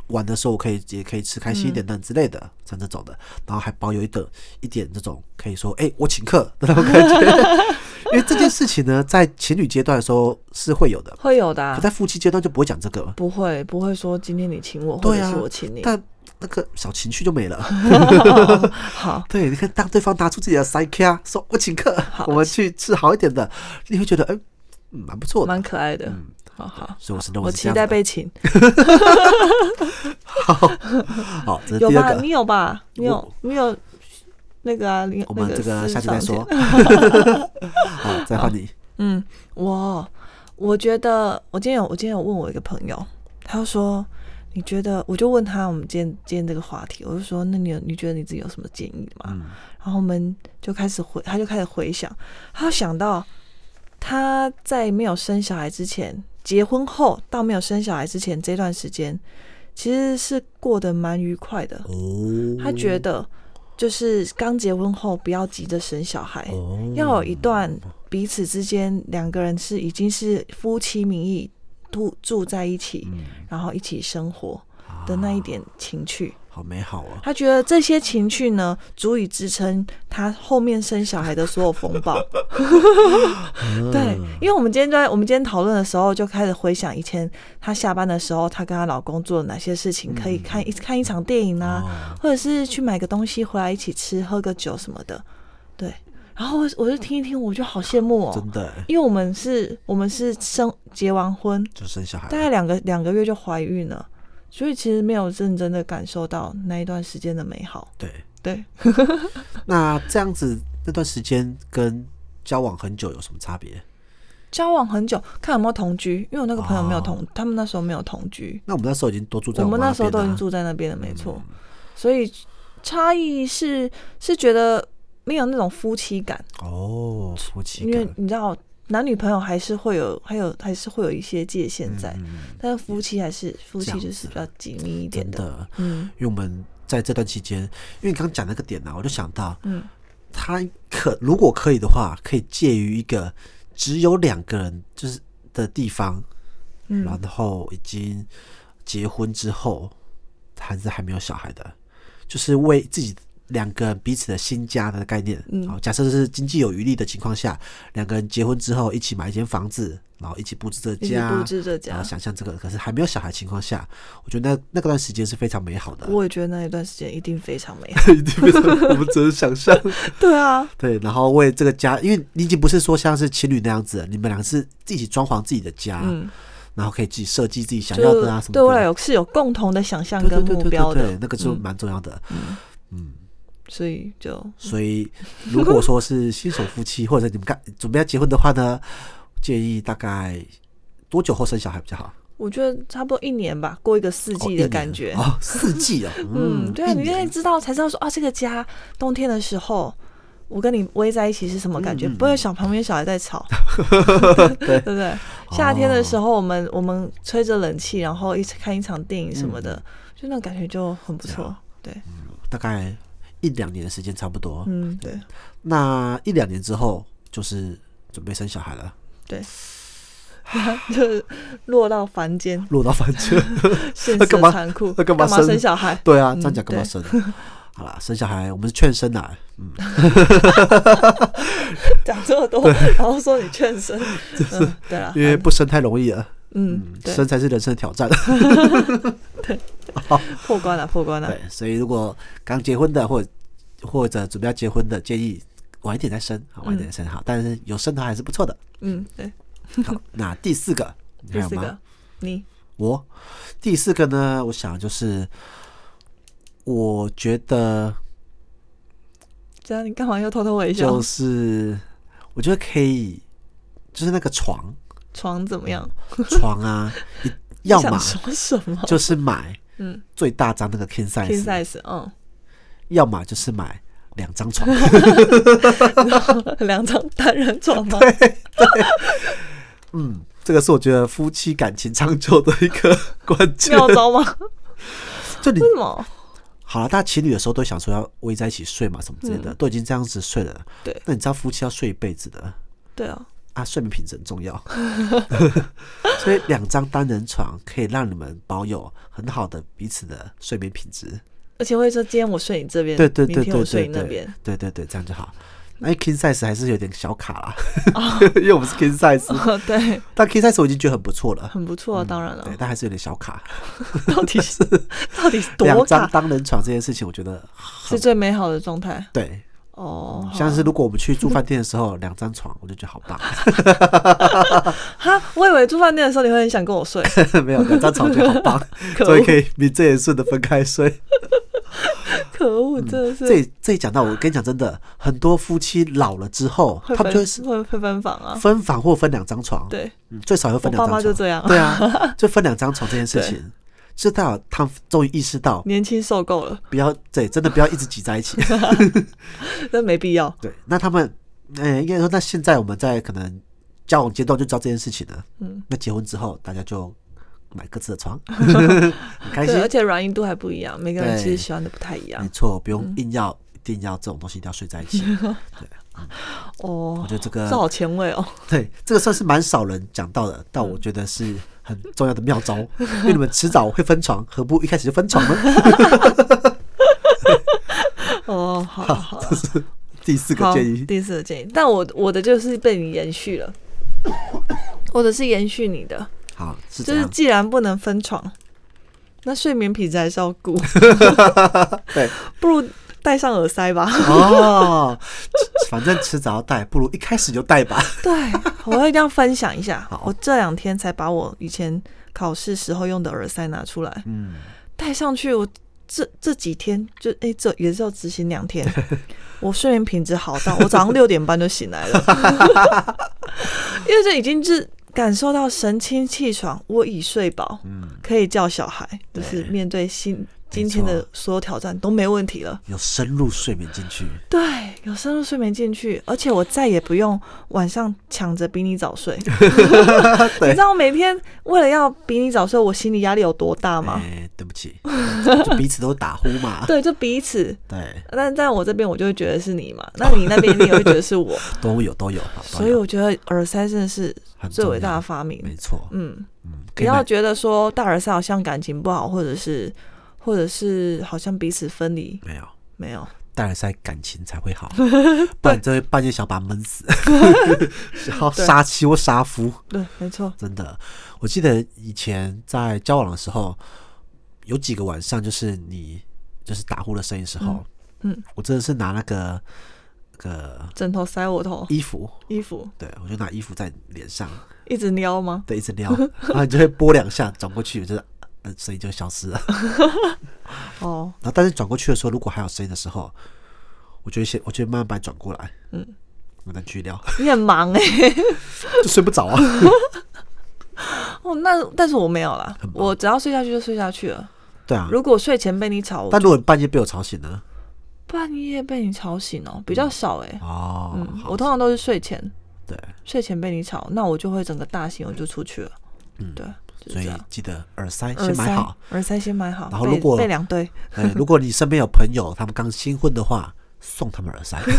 Speaker 2: 玩的时候，我可以也可以吃开心
Speaker 3: 嗯
Speaker 2: 一点等之类的，像这种的，然后还保有一点一点这种可以说，哎、我请客的那种感觉。 [laughs] 因为这件事情呢，在情侣阶段的时候是会有的，
Speaker 3: 会有的、啊
Speaker 2: 可在，夫妻阶段就不会讲这个了。
Speaker 3: 不会不会说今天你请我，或
Speaker 2: 对
Speaker 3: 者
Speaker 2: 啊
Speaker 3: 是我请你。
Speaker 2: 但那个小情绪就没了。 [laughs]
Speaker 3: 好，
Speaker 2: 对，你看，当对方拿出自己的塞卡，说我请客，我们去吃好一点的，你会觉得，哎、嗯蛮不错的。
Speaker 3: 蛮可爱的。好好，
Speaker 2: 所以嗯我是认为
Speaker 3: 我
Speaker 2: 是这
Speaker 3: 期
Speaker 2: 样的
Speaker 3: 待被请。
Speaker 2: 好，这是
Speaker 3: 有
Speaker 2: 第
Speaker 3: 吧？
Speaker 2: 二
Speaker 3: 你
Speaker 2: 个。
Speaker 3: 有吧？你有
Speaker 2: 我
Speaker 3: 你有那个啊？你
Speaker 2: 我们这个
Speaker 3: 私
Speaker 2: 下期再
Speaker 3: 藏 [laughs]
Speaker 2: 说。好，再换你。
Speaker 3: 嗯，我我觉得我今天有我今天有问我一个朋友，他就说你觉得，我就问他我们今天今天这个话题，我就说那你有你觉得你自己有什么建议吗？
Speaker 2: 嗯
Speaker 3: 然后我们就开始回，他就开始回想，他就想到他在没有生小孩之前，结婚后到没有生小孩之前这段时间，其实是过得蛮愉快的。
Speaker 2: 哦，
Speaker 3: 他觉得就是刚结婚后不要急着生小孩，
Speaker 2: 哦
Speaker 3: 要有一段彼此之间两个人是已经是夫妻名义住住在一起，然后一起生活的那一点情趣。
Speaker 2: 好美好啊！
Speaker 3: 他觉得这些情趣呢，足以支撑他后面生小孩的所有风
Speaker 2: [laughs]
Speaker 3: 暴。对，
Speaker 2: 嗯
Speaker 3: 因为我们今天就在我们今天讨论的时候，就开始回想以前她下班的时候，她跟她老公做了哪些事情，可以
Speaker 2: 嗯
Speaker 3: 看一看一场电影啊，
Speaker 2: 哦
Speaker 3: 或者是去买个东西回来一起吃，喝个酒什么的。对，然后我我就听一听，我就好羡慕哦，
Speaker 2: 真的
Speaker 3: 因为我们是我们是生结完婚，
Speaker 2: 就生小孩
Speaker 3: 大
Speaker 2: 了，
Speaker 3: 概两个两个月就怀孕了，所以其实没有认真的感受到那一段时间的美好。
Speaker 2: 对。
Speaker 3: 对，
Speaker 2: 那这样子那段时间跟交往很久有什么差别？
Speaker 3: 交往很久，看有没有同居，因为我那个朋友没有
Speaker 2: 哦
Speaker 3: 同，他们那时候没有同居，
Speaker 2: 那我们那时候已经都住在
Speaker 3: 我们
Speaker 2: 妈
Speaker 3: 那时候
Speaker 2: 边
Speaker 3: 都已
Speaker 2: 了
Speaker 3: 经
Speaker 2: 啊嗯
Speaker 3: 住在那边了，没错。所以差异是是觉得没有那种夫妻感，
Speaker 2: 哦，夫妻
Speaker 3: 因为
Speaker 2: 感
Speaker 3: 你知道男女朋友还是会有，还有还是会有一些界限在，但是夫妻还是夫
Speaker 2: 嗯这
Speaker 3: 妻
Speaker 2: 样
Speaker 3: 就是
Speaker 2: 子啊
Speaker 3: 比较紧密一
Speaker 2: 真
Speaker 3: 点的，
Speaker 2: 的，
Speaker 3: 嗯
Speaker 2: 因为我们在这段期间，因为你刚刚讲那个点啊呢、我就想到，
Speaker 3: 嗯，
Speaker 2: 他可如果可以的话，可以介于一个只有两个人就是的地方，
Speaker 3: 嗯
Speaker 2: 然后已经结婚之后，还是还没有小孩的，就是为自己两个人彼此的新家的概念。
Speaker 3: 嗯
Speaker 2: 好，假设是经济有余力的情况下，两个人结婚之后一起买一间房子，然后一起布置这
Speaker 3: 一直
Speaker 2: 家，
Speaker 3: 布置这
Speaker 2: 然
Speaker 3: 家
Speaker 2: 后。想象这个，可是还没有小孩情况下，我觉得那那个段时间是非常美好 [laughs] 的。
Speaker 3: 我也觉得那一段时间一定非常美好。
Speaker 2: 一定非常，我们只能想象。
Speaker 3: [laughs] 对啊，
Speaker 2: 对，然后为这个家，因为你已经不是说像是情侣那样子了，你们两个是一起装潢自己的家，
Speaker 3: 嗯，
Speaker 2: 然后可以自己设计自己啊想要
Speaker 3: 就
Speaker 2: 的啊什么的。
Speaker 3: 对未来有是有共同的想象
Speaker 2: 对
Speaker 3: 跟
Speaker 2: 对对
Speaker 3: 目
Speaker 2: 对
Speaker 3: 标
Speaker 2: 对
Speaker 3: 的嗯
Speaker 2: 对，，那个就蛮重要的。
Speaker 3: 所以就
Speaker 2: 所以如果说是新手夫妻或者你们刚准备要结婚的话呢，建议大概多久后生小孩比较好？
Speaker 3: 我觉得差不多一年吧，过一个四
Speaker 2: 哦
Speaker 3: 季
Speaker 2: 一
Speaker 3: 的
Speaker 2: 年
Speaker 3: 感觉。
Speaker 2: 哦，四季
Speaker 3: [laughs]
Speaker 2: 哦，
Speaker 3: 嗯，对啊，
Speaker 2: 一
Speaker 3: 你现在
Speaker 2: 年
Speaker 3: 知道才知道说啊，这个家冬天的时候，我跟你偎在一起是什么感
Speaker 2: 嗯
Speaker 3: 觉？不会小旁边小孩
Speaker 2: [laughs]
Speaker 3: 在吵，对不对？夏天的时候，我们我们吹着冷气，然后一起看一场电影什么
Speaker 2: 嗯
Speaker 3: 的，就那种感觉就很不错。
Speaker 2: 啊
Speaker 3: 对，
Speaker 2: 大概一两年的时间差不多。
Speaker 3: 嗯，对
Speaker 2: 那一两年之后就是准备生小孩了，
Speaker 3: 对。就是 [laughs] 落到凡间，
Speaker 2: 落到房间。
Speaker 3: 现
Speaker 2: 那
Speaker 3: 实
Speaker 2: 干嘛
Speaker 3: 残酷，
Speaker 2: 那干嘛生
Speaker 3: 生小孩？
Speaker 2: 对啊，
Speaker 3: 嗯
Speaker 2: 这样讲干嘛
Speaker 3: 对
Speaker 2: 生？ [laughs] 好啦，生小孩我们是劝生啦，嗯，
Speaker 3: [laughs] 讲这么多，然后说你劝生， [laughs] 嗯，对啊，
Speaker 2: 因为不生太容易了，
Speaker 3: 嗯，对，嗯
Speaker 2: 生才是人生的挑战。
Speaker 3: 破关了，破关了，
Speaker 2: 对，所以如果刚结婚的或或者准备要结婚的，建议晚一点再生，好，晚一点再生好，但是有生的话还是不错
Speaker 3: [laughs]
Speaker 2: 的。
Speaker 3: 嗯，对，
Speaker 2: 好，那第四个，你
Speaker 3: 第
Speaker 2: 还有
Speaker 3: 四个
Speaker 2: 吗？，
Speaker 3: 你，
Speaker 2: 我第四个呢，我想就是，我觉得
Speaker 3: 这样你干嘛又偷偷微笑
Speaker 2: 就？是，我觉得可以，就是那个床
Speaker 3: 床怎么样？
Speaker 2: 床
Speaker 3: [laughs]
Speaker 2: 啊，一要
Speaker 3: 你想
Speaker 2: 么
Speaker 3: 说什么？
Speaker 2: 就是买。
Speaker 3: 哦嗯
Speaker 2: 最大张那个 king size，
Speaker 3: ，king size，嗯， [laughs]
Speaker 2: 要么就是买两张床，
Speaker 3: 两张单人床吗？
Speaker 2: 嗯，这个是我觉得夫妻感情长久的一个 [laughs] 关键。
Speaker 3: 妙招吗？
Speaker 2: 就 [laughs] 你
Speaker 3: 为什么？
Speaker 2: 好了，大家情侣的时候都想说要偎在一起睡嘛，什么之类的，都已经这样子睡了。
Speaker 3: 嗯对
Speaker 2: 那你知道夫妻要睡一辈子的
Speaker 3: 对啊，
Speaker 2: 啊？啊，睡眠品质很重
Speaker 3: [laughs]
Speaker 2: 要， [laughs] 所以两张单人床可以让你们保有很好的彼此的睡眠品质。
Speaker 3: 而且会说今天我睡你这边，
Speaker 2: 对对对
Speaker 3: 明天
Speaker 2: 对
Speaker 3: 我睡
Speaker 2: 对
Speaker 3: 你那
Speaker 2: 对
Speaker 3: 边，，
Speaker 2: 对对对，这样就好。那 king size 还是有点小卡啦，
Speaker 3: 哦
Speaker 2: [laughs] 因为我们是 king size，
Speaker 3: [laughs] 对，
Speaker 2: 但 king size 我已经觉得很不错了。
Speaker 3: 很不错啊，当然了
Speaker 2: 嗯对，，但还是有点小卡。
Speaker 3: 到
Speaker 2: [laughs]
Speaker 3: 底是到底是
Speaker 2: 两
Speaker 3: 多
Speaker 2: 张
Speaker 3: 大
Speaker 2: 单人床这件事情，我觉得
Speaker 3: 是最美好的状态
Speaker 2: 对。
Speaker 3: 哦？好
Speaker 2: 像是如果我们去住饭店的时候，两张床，我就觉得好
Speaker 3: [laughs]
Speaker 2: 棒。 [laughs]
Speaker 3: 哈，我以为住饭店的时候你会很想跟
Speaker 2: [laughs]
Speaker 3: 我睡，
Speaker 2: 没有两张床就好棒，
Speaker 3: 可
Speaker 2: 所以
Speaker 3: 恶
Speaker 2: 可以名正言顺的分开睡。
Speaker 3: 可恶，真的
Speaker 2: 这
Speaker 3: 是
Speaker 2: 里这里讲到，我跟你讲真的，很多夫妻老了之后，
Speaker 3: 会
Speaker 2: 他们就会
Speaker 3: 分
Speaker 2: 是
Speaker 3: 会会分房啊，
Speaker 2: 分房或分两张床，
Speaker 3: 对，
Speaker 2: 嗯，最少要
Speaker 3: 我
Speaker 2: 分两
Speaker 3: 爸
Speaker 2: 张
Speaker 3: 妈
Speaker 2: 床。
Speaker 3: 就这样，
Speaker 2: 对啊，就分两张床这件事
Speaker 3: [laughs] 对
Speaker 2: 情，知道他们终于意识到，
Speaker 3: 年轻受够了，
Speaker 2: 不要对，真的不要一直挤在一起。
Speaker 3: 真没必要，
Speaker 2: 对，那他们，呃，应该说，那现在我们在可能交往阶段就知道这件事情了。
Speaker 3: 嗯，
Speaker 2: 那结婚之后，大家就买各自的
Speaker 3: [laughs]
Speaker 2: 床，很开心
Speaker 3: 对，而。且软硬度还不一样，每个人其实喜欢的不太一样
Speaker 2: 没错，不
Speaker 3: 嗯
Speaker 2: 用硬要，一定要这种东西一定要睡在一起。
Speaker 3: 哦
Speaker 2: 我觉。得这
Speaker 3: [laughs] 这
Speaker 2: 个
Speaker 3: 好前卫哦，
Speaker 2: 对，这个算是蛮少人讲到的，但我
Speaker 3: 嗯
Speaker 2: 觉得是很重要的妙招，因为你们迟早会分床，何不一开始就分床呢？
Speaker 3: 哦，好了好了，
Speaker 2: 这是第四个
Speaker 3: 好，
Speaker 2: 建议。
Speaker 3: 第四个建议，但我我的就是被你延续了，我的是延续你的，
Speaker 2: 好，是
Speaker 3: 就
Speaker 2: 这
Speaker 3: 是
Speaker 2: 样。
Speaker 3: 既然不能分床，那睡眠品质还是要顾，
Speaker 2: [laughs] 对，
Speaker 3: [laughs] 不如戴上耳塞吧。
Speaker 2: 哦，反正迟早要戴，不如一开始就戴吧。
Speaker 3: [laughs] 对，我一定要分享一下
Speaker 2: 好。
Speaker 3: 我这两天才把我以前考试时候用的耳塞拿出来
Speaker 2: 嗯，
Speaker 3: 戴上去，我这这几天就哎、这也是要执行
Speaker 2: [laughs]
Speaker 3: 两天，我睡眠品质好到我早上六点半就醒来了，
Speaker 2: [laughs]
Speaker 3: 因为这已经是感受到神清气爽，我已睡饱，可以叫小孩，就是面对新今天
Speaker 2: 嗯没
Speaker 3: 的
Speaker 2: 错
Speaker 3: 所有挑战都没问题了。
Speaker 2: 有深入睡眠进去，
Speaker 3: 对，有深入睡眠进去，而且我再也不用晚上抢着比你早
Speaker 2: [laughs]
Speaker 3: 睡。你知道我每天为了要比你早睡，我心理压力有多大吗？
Speaker 2: 哎，对不起， [laughs] 就彼此都打呼嘛。
Speaker 3: [laughs] 对，就彼此。
Speaker 2: 对，
Speaker 3: 但但我这边我就会觉得是你嘛，那你那边你也会觉得
Speaker 2: [laughs]
Speaker 3: 是我，
Speaker 2: 都有都有，好
Speaker 3: 所以我觉得耳塞真的是
Speaker 2: 很
Speaker 3: 最
Speaker 2: 重
Speaker 3: 伟大
Speaker 2: 要
Speaker 3: 的发明。
Speaker 2: 没错，
Speaker 3: 嗯，
Speaker 2: 嗯，
Speaker 3: 不
Speaker 2: 可以
Speaker 3: 要
Speaker 2: 买
Speaker 3: 觉得说大耳塞好像感情不好，或者是或者是好像彼此分离，
Speaker 2: 没有。
Speaker 3: 没有。
Speaker 2: 戴耳塞感情才
Speaker 3: [laughs]
Speaker 2: 会好，不然这会半夜想把它闷死，然后杀妻或杀夫，
Speaker 3: 对，没错。
Speaker 2: 真的。我记得以前在交往的时候，有几个晚上就是你就是打呼的声音时候，
Speaker 3: 嗯嗯
Speaker 2: 我真的是拿那个那个
Speaker 3: 枕头塞我头，
Speaker 2: 衣服，
Speaker 3: 衣服
Speaker 2: 对我就拿衣服在脸上，
Speaker 3: 一直撩吗？
Speaker 2: 对，一直撩，然后你就会拨两下，转过去就是。呃，声音就消失了。
Speaker 3: 哦，
Speaker 2: 然后，但是转过去的时候，如果还有声音的时候，我就会先，我就会慢慢把它转过来，
Speaker 3: 嗯，
Speaker 2: 我再去撩，
Speaker 3: 你很忙哎、
Speaker 2: [laughs] 就睡不着啊。
Speaker 3: 哦，那但是我没有啦
Speaker 2: 很，棒
Speaker 3: 我只要睡下去就睡下去了。
Speaker 2: 对啊，
Speaker 3: 如果睡前被你吵，我
Speaker 2: 但如果你半夜被我吵醒呢？
Speaker 3: 半夜被你吵醒哦，比较少哎、
Speaker 2: 哦，
Speaker 3: 嗯，
Speaker 2: 好
Speaker 3: 我通常都是睡前，
Speaker 2: 对，
Speaker 3: 睡前被你吵，那我就会整个大醒，我就出去了。嗯，对，就是
Speaker 2: 所
Speaker 3: 这
Speaker 2: 以
Speaker 3: 样。
Speaker 2: 记得耳塞
Speaker 3: 耳
Speaker 2: 先买
Speaker 3: 塞
Speaker 2: 好。，
Speaker 3: 耳塞先买好。
Speaker 2: 然后
Speaker 3: 备
Speaker 2: 如果
Speaker 3: 备两对，
Speaker 2: [laughs] 哎，如果你身边有朋友他们刚新婚的话，送他们耳
Speaker 3: [laughs]
Speaker 2: 塞。只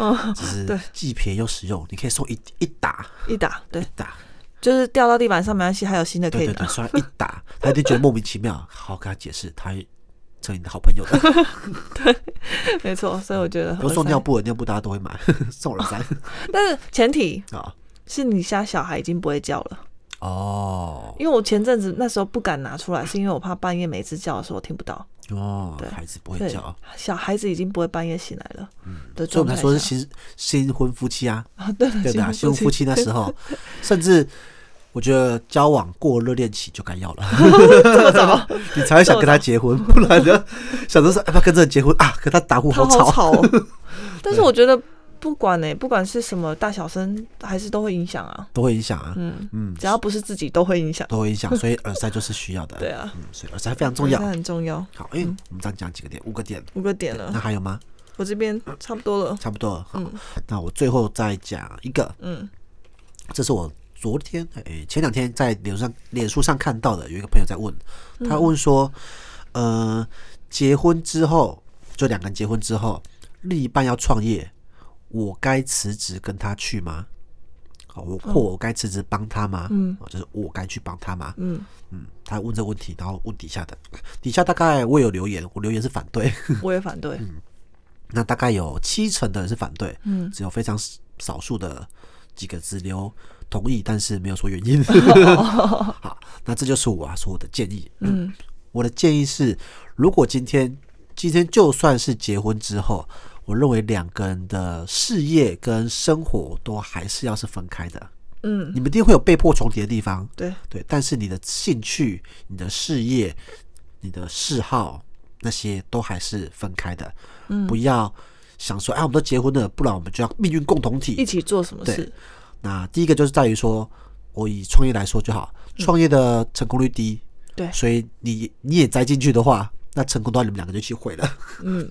Speaker 3: 哦对
Speaker 2: 是既便宜又实用，你可以送一一打
Speaker 3: 一打，对，
Speaker 2: 打，
Speaker 3: 就是掉到地板上没关系，还有新的可
Speaker 2: 对
Speaker 3: 以
Speaker 2: 对对，
Speaker 3: 拿。
Speaker 2: 虽然一打，他一定觉得莫名其妙，好好跟他解释，他会成为你的好朋友 [laughs] 的。
Speaker 3: 没错，所以我觉得
Speaker 2: 比如
Speaker 3: 耳
Speaker 2: 送
Speaker 3: 塞
Speaker 2: 尿，布的，尿布大家都会买， [laughs] 送耳塞
Speaker 3: 但是前提
Speaker 2: 啊。
Speaker 3: 是你家小孩已经不会叫了，
Speaker 2: 哦
Speaker 3: 因为我前阵子那时候不敢拿出来，是因为我怕半夜每次叫的时候我听不到。
Speaker 2: 哦
Speaker 3: 对，
Speaker 2: 孩子不会
Speaker 3: 对
Speaker 2: 叫，，
Speaker 3: 小孩子已经不会半夜醒来了
Speaker 2: 所
Speaker 3: 的
Speaker 2: 以我
Speaker 3: 状
Speaker 2: 们
Speaker 3: 态
Speaker 2: 才说是
Speaker 3: 下，
Speaker 2: 新新婚夫妻啊。
Speaker 3: 啊对
Speaker 2: 对的、啊，新
Speaker 3: 新
Speaker 2: 婚夫妻那时 [laughs] 候，甚至我觉得交往过热恋期就该要了， [laughs] 你才会想跟他结婚，不然就想着说要不要跟这个人结婚啊？可他打呼
Speaker 3: 他
Speaker 2: 吵，
Speaker 3: 好
Speaker 2: [laughs]
Speaker 3: 吵哦。但是我觉得不管呢、不管是什么大小声，还是都会影响啊。
Speaker 2: 都会影响啊，
Speaker 3: 嗯，
Speaker 2: 嗯，
Speaker 3: 只要不是自己都会影响。
Speaker 2: 都会影响，所以耳塞就是需要的，
Speaker 3: 对啊
Speaker 2: 嗯，所以耳塞非常重要
Speaker 3: 那。很重要。
Speaker 2: 好，哎、我们这样讲几个点，五个点，
Speaker 3: 五个点
Speaker 2: 那
Speaker 3: 了，
Speaker 2: 还有吗？
Speaker 3: 我这边差不
Speaker 2: [laughs]
Speaker 3: 多了。
Speaker 2: 差不多了，好，
Speaker 3: 嗯
Speaker 2: 那我最后再讲一个，
Speaker 3: 嗯，
Speaker 2: 这是我昨天诶、前两天在脸书上脸书上看到的，有一个朋友在问，
Speaker 3: 嗯
Speaker 2: 他问说，呃，结婚之后就两个人结婚之后，另一半要创业，我该辞职跟他去吗？好，我
Speaker 3: 嗯
Speaker 2: 或我该辞职帮他吗？嗯，就是我该去帮他吗？
Speaker 3: 嗯
Speaker 2: 嗯，他问这个问题，然后问底下的，底下大概我有留言，我留言是反对，
Speaker 3: 我也反对。
Speaker 2: 嗯那大概有七成的人是反对，
Speaker 3: 嗯
Speaker 2: 只有非常少数的几个只留同意，但是没有说原因。 [laughs] 好，那这就是我要说我的建议。
Speaker 3: 哦嗯
Speaker 2: 我的建议是，如果今天今天就算是结婚之后，我认为两个人的事业跟生活都还是要是分开的。
Speaker 3: 嗯，
Speaker 2: 你们一定会有被迫重叠的地方，
Speaker 3: 对，
Speaker 2: 对，但是你的兴趣、你的事业、你的嗜好那些都还是分开的，
Speaker 3: 嗯
Speaker 2: 不要想说，啊，我们都结婚了，不然我们就要命运共同
Speaker 3: 一
Speaker 2: 体。
Speaker 3: 起做什么
Speaker 2: 对
Speaker 3: 事？
Speaker 2: 那第一个就是在于说，我以创业来说就好，
Speaker 3: 嗯
Speaker 2: 创业的成功率低，
Speaker 3: 对
Speaker 2: 所以你你也栽进去的话，那成功的话你们两个就去毁了，
Speaker 3: 嗯，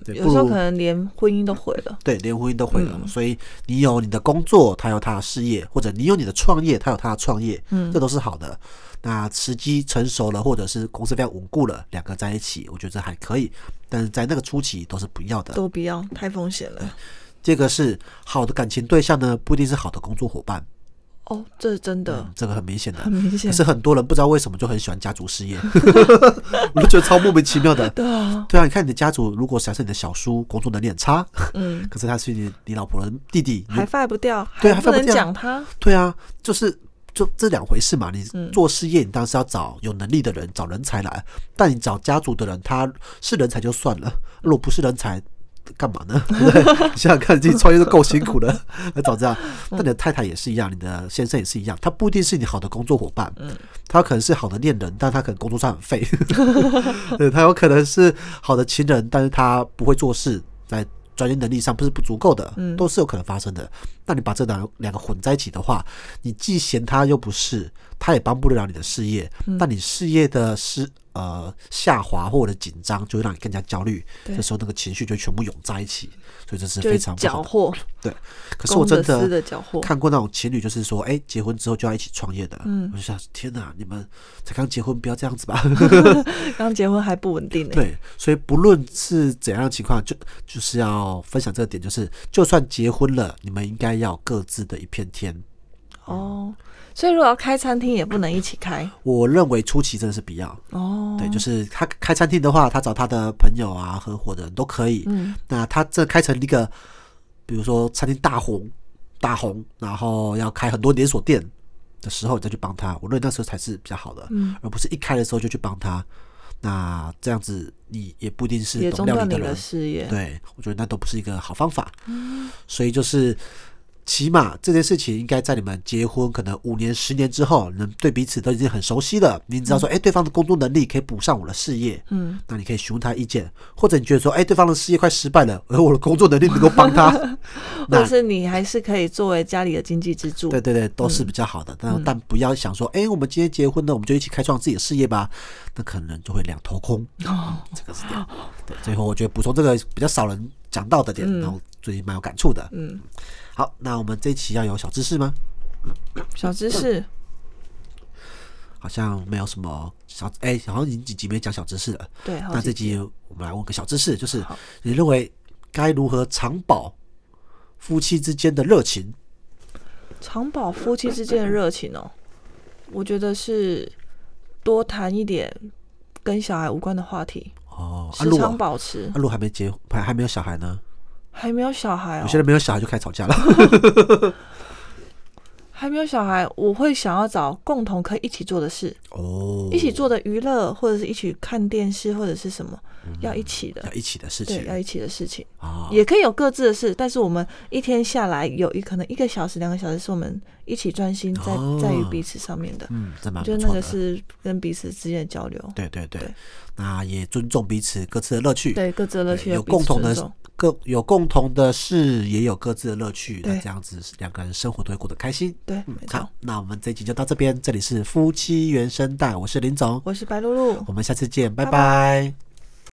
Speaker 2: [laughs] 对
Speaker 3: 有
Speaker 2: 不
Speaker 3: 时候
Speaker 2: 如
Speaker 3: 可能连婚姻都毁了。
Speaker 2: 对，连婚姻都毁了。
Speaker 3: 嗯
Speaker 2: 所以你有你的工作，他有他的事业，或者你有你的创业，他有他的创业，
Speaker 3: 嗯
Speaker 2: 这都是好的。那时机成熟了，或者是公司非常稳固了，两个在一起，我觉得还可以。但是在那个初期都是不要的。
Speaker 3: 都不要，太风险了。
Speaker 2: 这个是好的感情对象呢，不一定是好的工作伙伴，嗯
Speaker 3: 哦，这是真的，
Speaker 2: 这个很明显的。
Speaker 3: 很明
Speaker 2: 可
Speaker 3: 显。
Speaker 2: 是很多人不知道为什么就很喜欢家族事
Speaker 3: [laughs]
Speaker 2: 业，我就觉得超莫名其妙的。
Speaker 3: 对啊，
Speaker 2: 对啊，你看你的家族，如果假设你的小叔工作能力很
Speaker 3: [laughs]
Speaker 2: 差，
Speaker 3: 嗯，
Speaker 2: 可是他是你你老婆的弟
Speaker 3: [laughs]
Speaker 2: 弟，你
Speaker 3: 还 fire 不掉，
Speaker 2: 对
Speaker 3: 还
Speaker 2: 还
Speaker 3: 不
Speaker 2: fire 不
Speaker 3: 能
Speaker 2: 掉
Speaker 3: 讲他。
Speaker 2: 对啊，就是就这两回事嘛。你
Speaker 3: 嗯
Speaker 2: 做事业，你当然是要找有能力的人，找人才来。但你找家族的人，他是人才就算了，如果不是人才，干嘛呢？ [laughs] 对不对？你想想看，自己创业都够辛苦了，还找这样。但你的太太也是一样，你的先生也是一样，他不一定是你好的工作伙伴，他可能是好的恋人，但他可能工作上很废。 [laughs] 对，他有可能是好的情人，但是他不会做事，在专业能力上不是不足够的，
Speaker 3: 嗯
Speaker 2: 都是有可能发生的。那你把这两两个混在一起的话，你既嫌他又不是，他也帮不了你的事业，
Speaker 3: 嗯
Speaker 2: 但你事业的失呃下滑或者紧张，就会让你更加焦虑。
Speaker 3: 对
Speaker 2: 这时候那个情绪就全部涌在一起，所以这是
Speaker 3: 就
Speaker 2: 非
Speaker 3: 是
Speaker 2: 常不
Speaker 3: 缴
Speaker 2: 好的。
Speaker 3: 获，
Speaker 2: 对，可是我
Speaker 3: 公
Speaker 2: 真
Speaker 3: 的
Speaker 2: 的
Speaker 3: 私的缴获，
Speaker 2: 看过那种情侣，就是说，哎、结婚之后就要一起创业的，
Speaker 3: 嗯
Speaker 2: 我就想，天哪，你们才刚结婚，不要这样子吧。
Speaker 3: 刚结婚还不稳定呢。
Speaker 2: 对，所以不论是怎样的情况，就就是要分享这个点，就是就算结婚了，你们应该要各自的一片天。
Speaker 3: 哦，所以如果要开餐厅，也不能一起开。
Speaker 2: 我认为初期真的是必要，
Speaker 3: 哦，
Speaker 2: 对，就是他开餐厅的话，他找他的朋友啊、合伙人都可以。
Speaker 3: 嗯
Speaker 2: 那他这开成一个，比如说餐厅大红，大红，然后要开很多连锁店的时候，你再去帮他，我认为那时候才是比较好的，
Speaker 3: 嗯，
Speaker 2: 而不是一开的时候就去帮他。那这样子，你也不一定是
Speaker 3: 也
Speaker 2: 懂
Speaker 3: 中
Speaker 2: 料
Speaker 3: 断
Speaker 2: 理
Speaker 3: 你
Speaker 2: 的
Speaker 3: 的
Speaker 2: 人，
Speaker 3: 事业。
Speaker 2: 对，我觉得那都不是一个好方法。所以就是，起码这件事情应该在你们结婚可能五年、十年之后，你们对彼此都已经很熟悉了。你知道说，哎、对方的工作能力可以补上我的事业，
Speaker 3: 嗯，
Speaker 2: 那你可以询问他意见，或者你觉得说，哎、对方的事业快失败了，而我的工作能力能够帮他
Speaker 3: 或，
Speaker 2: 那
Speaker 3: 者是你还是可以作为家里的经济支柱。
Speaker 2: 对对对，都是比较好
Speaker 3: 嗯
Speaker 2: 的。但、但不要想说，哎、我们今天结婚了，我们就一起开创自己的事业吧，那可能就会两头空。
Speaker 3: 哦，
Speaker 2: 这个是点。对，最后我觉得补充这个比较少人讲到的点，然后最近蛮有感触的。
Speaker 3: 嗯，
Speaker 2: 好，那我们这一期要有小知识吗？
Speaker 3: 小知识，
Speaker 2: 好像没有什么小，哎、好像已经几集没讲小知识了。
Speaker 3: 对，好
Speaker 2: 那这
Speaker 3: 几
Speaker 2: 集我们来问个小知识，就是
Speaker 3: 好
Speaker 2: 你认为该如何长保夫妻之间的热情？
Speaker 3: 长保夫妻之间的热情哦，我觉得是多谈一点跟小孩无关的话题，
Speaker 2: 哦，啊，
Speaker 3: 时
Speaker 2: 如
Speaker 3: 常
Speaker 2: 果
Speaker 3: 保持
Speaker 2: 啊，。如果还没结，还还没有小孩呢？
Speaker 3: 还没有小孩哦
Speaker 2: 有，些人没有小孩就开始吵架了。
Speaker 3: 还没有小孩，我会想要找共同可以一起做的事，
Speaker 2: 哦，
Speaker 3: 一起做的娱乐，或者是一起看电视，或者是什么，要一起的
Speaker 2: 嗯要，一起的事
Speaker 3: 对，
Speaker 2: 情
Speaker 3: 要一起的事情，
Speaker 2: 啊，
Speaker 3: 也可以有各自的事，但是我们一天下来有一可能一个小时、两个小时是我们一起专心在
Speaker 2: 哦
Speaker 3: 在于彼此上面的，
Speaker 2: 嗯，这蛮
Speaker 3: 我
Speaker 2: 不
Speaker 3: 觉
Speaker 2: 错
Speaker 3: 得
Speaker 2: 的。
Speaker 3: 那个是跟彼此之间的交流，
Speaker 2: 对对对，
Speaker 3: 对
Speaker 2: 那也尊重彼此各自的乐趣。
Speaker 3: 对各自的乐
Speaker 2: 对
Speaker 3: 趣
Speaker 2: 有
Speaker 3: 彼此
Speaker 2: 共同
Speaker 3: 尊
Speaker 2: 的
Speaker 3: 重
Speaker 2: 各有共同的事，也有各自的乐趣。那
Speaker 3: 对
Speaker 2: 这样子是两个人生活都会过得开心。
Speaker 3: 对，
Speaker 2: 嗯
Speaker 3: 没错
Speaker 2: 好。，那我们这一集就到这边，这里是夫妻原声带，我是林总，
Speaker 3: 我是白露露，
Speaker 2: 我们下次见，拜
Speaker 3: 哦拜
Speaker 2: 拜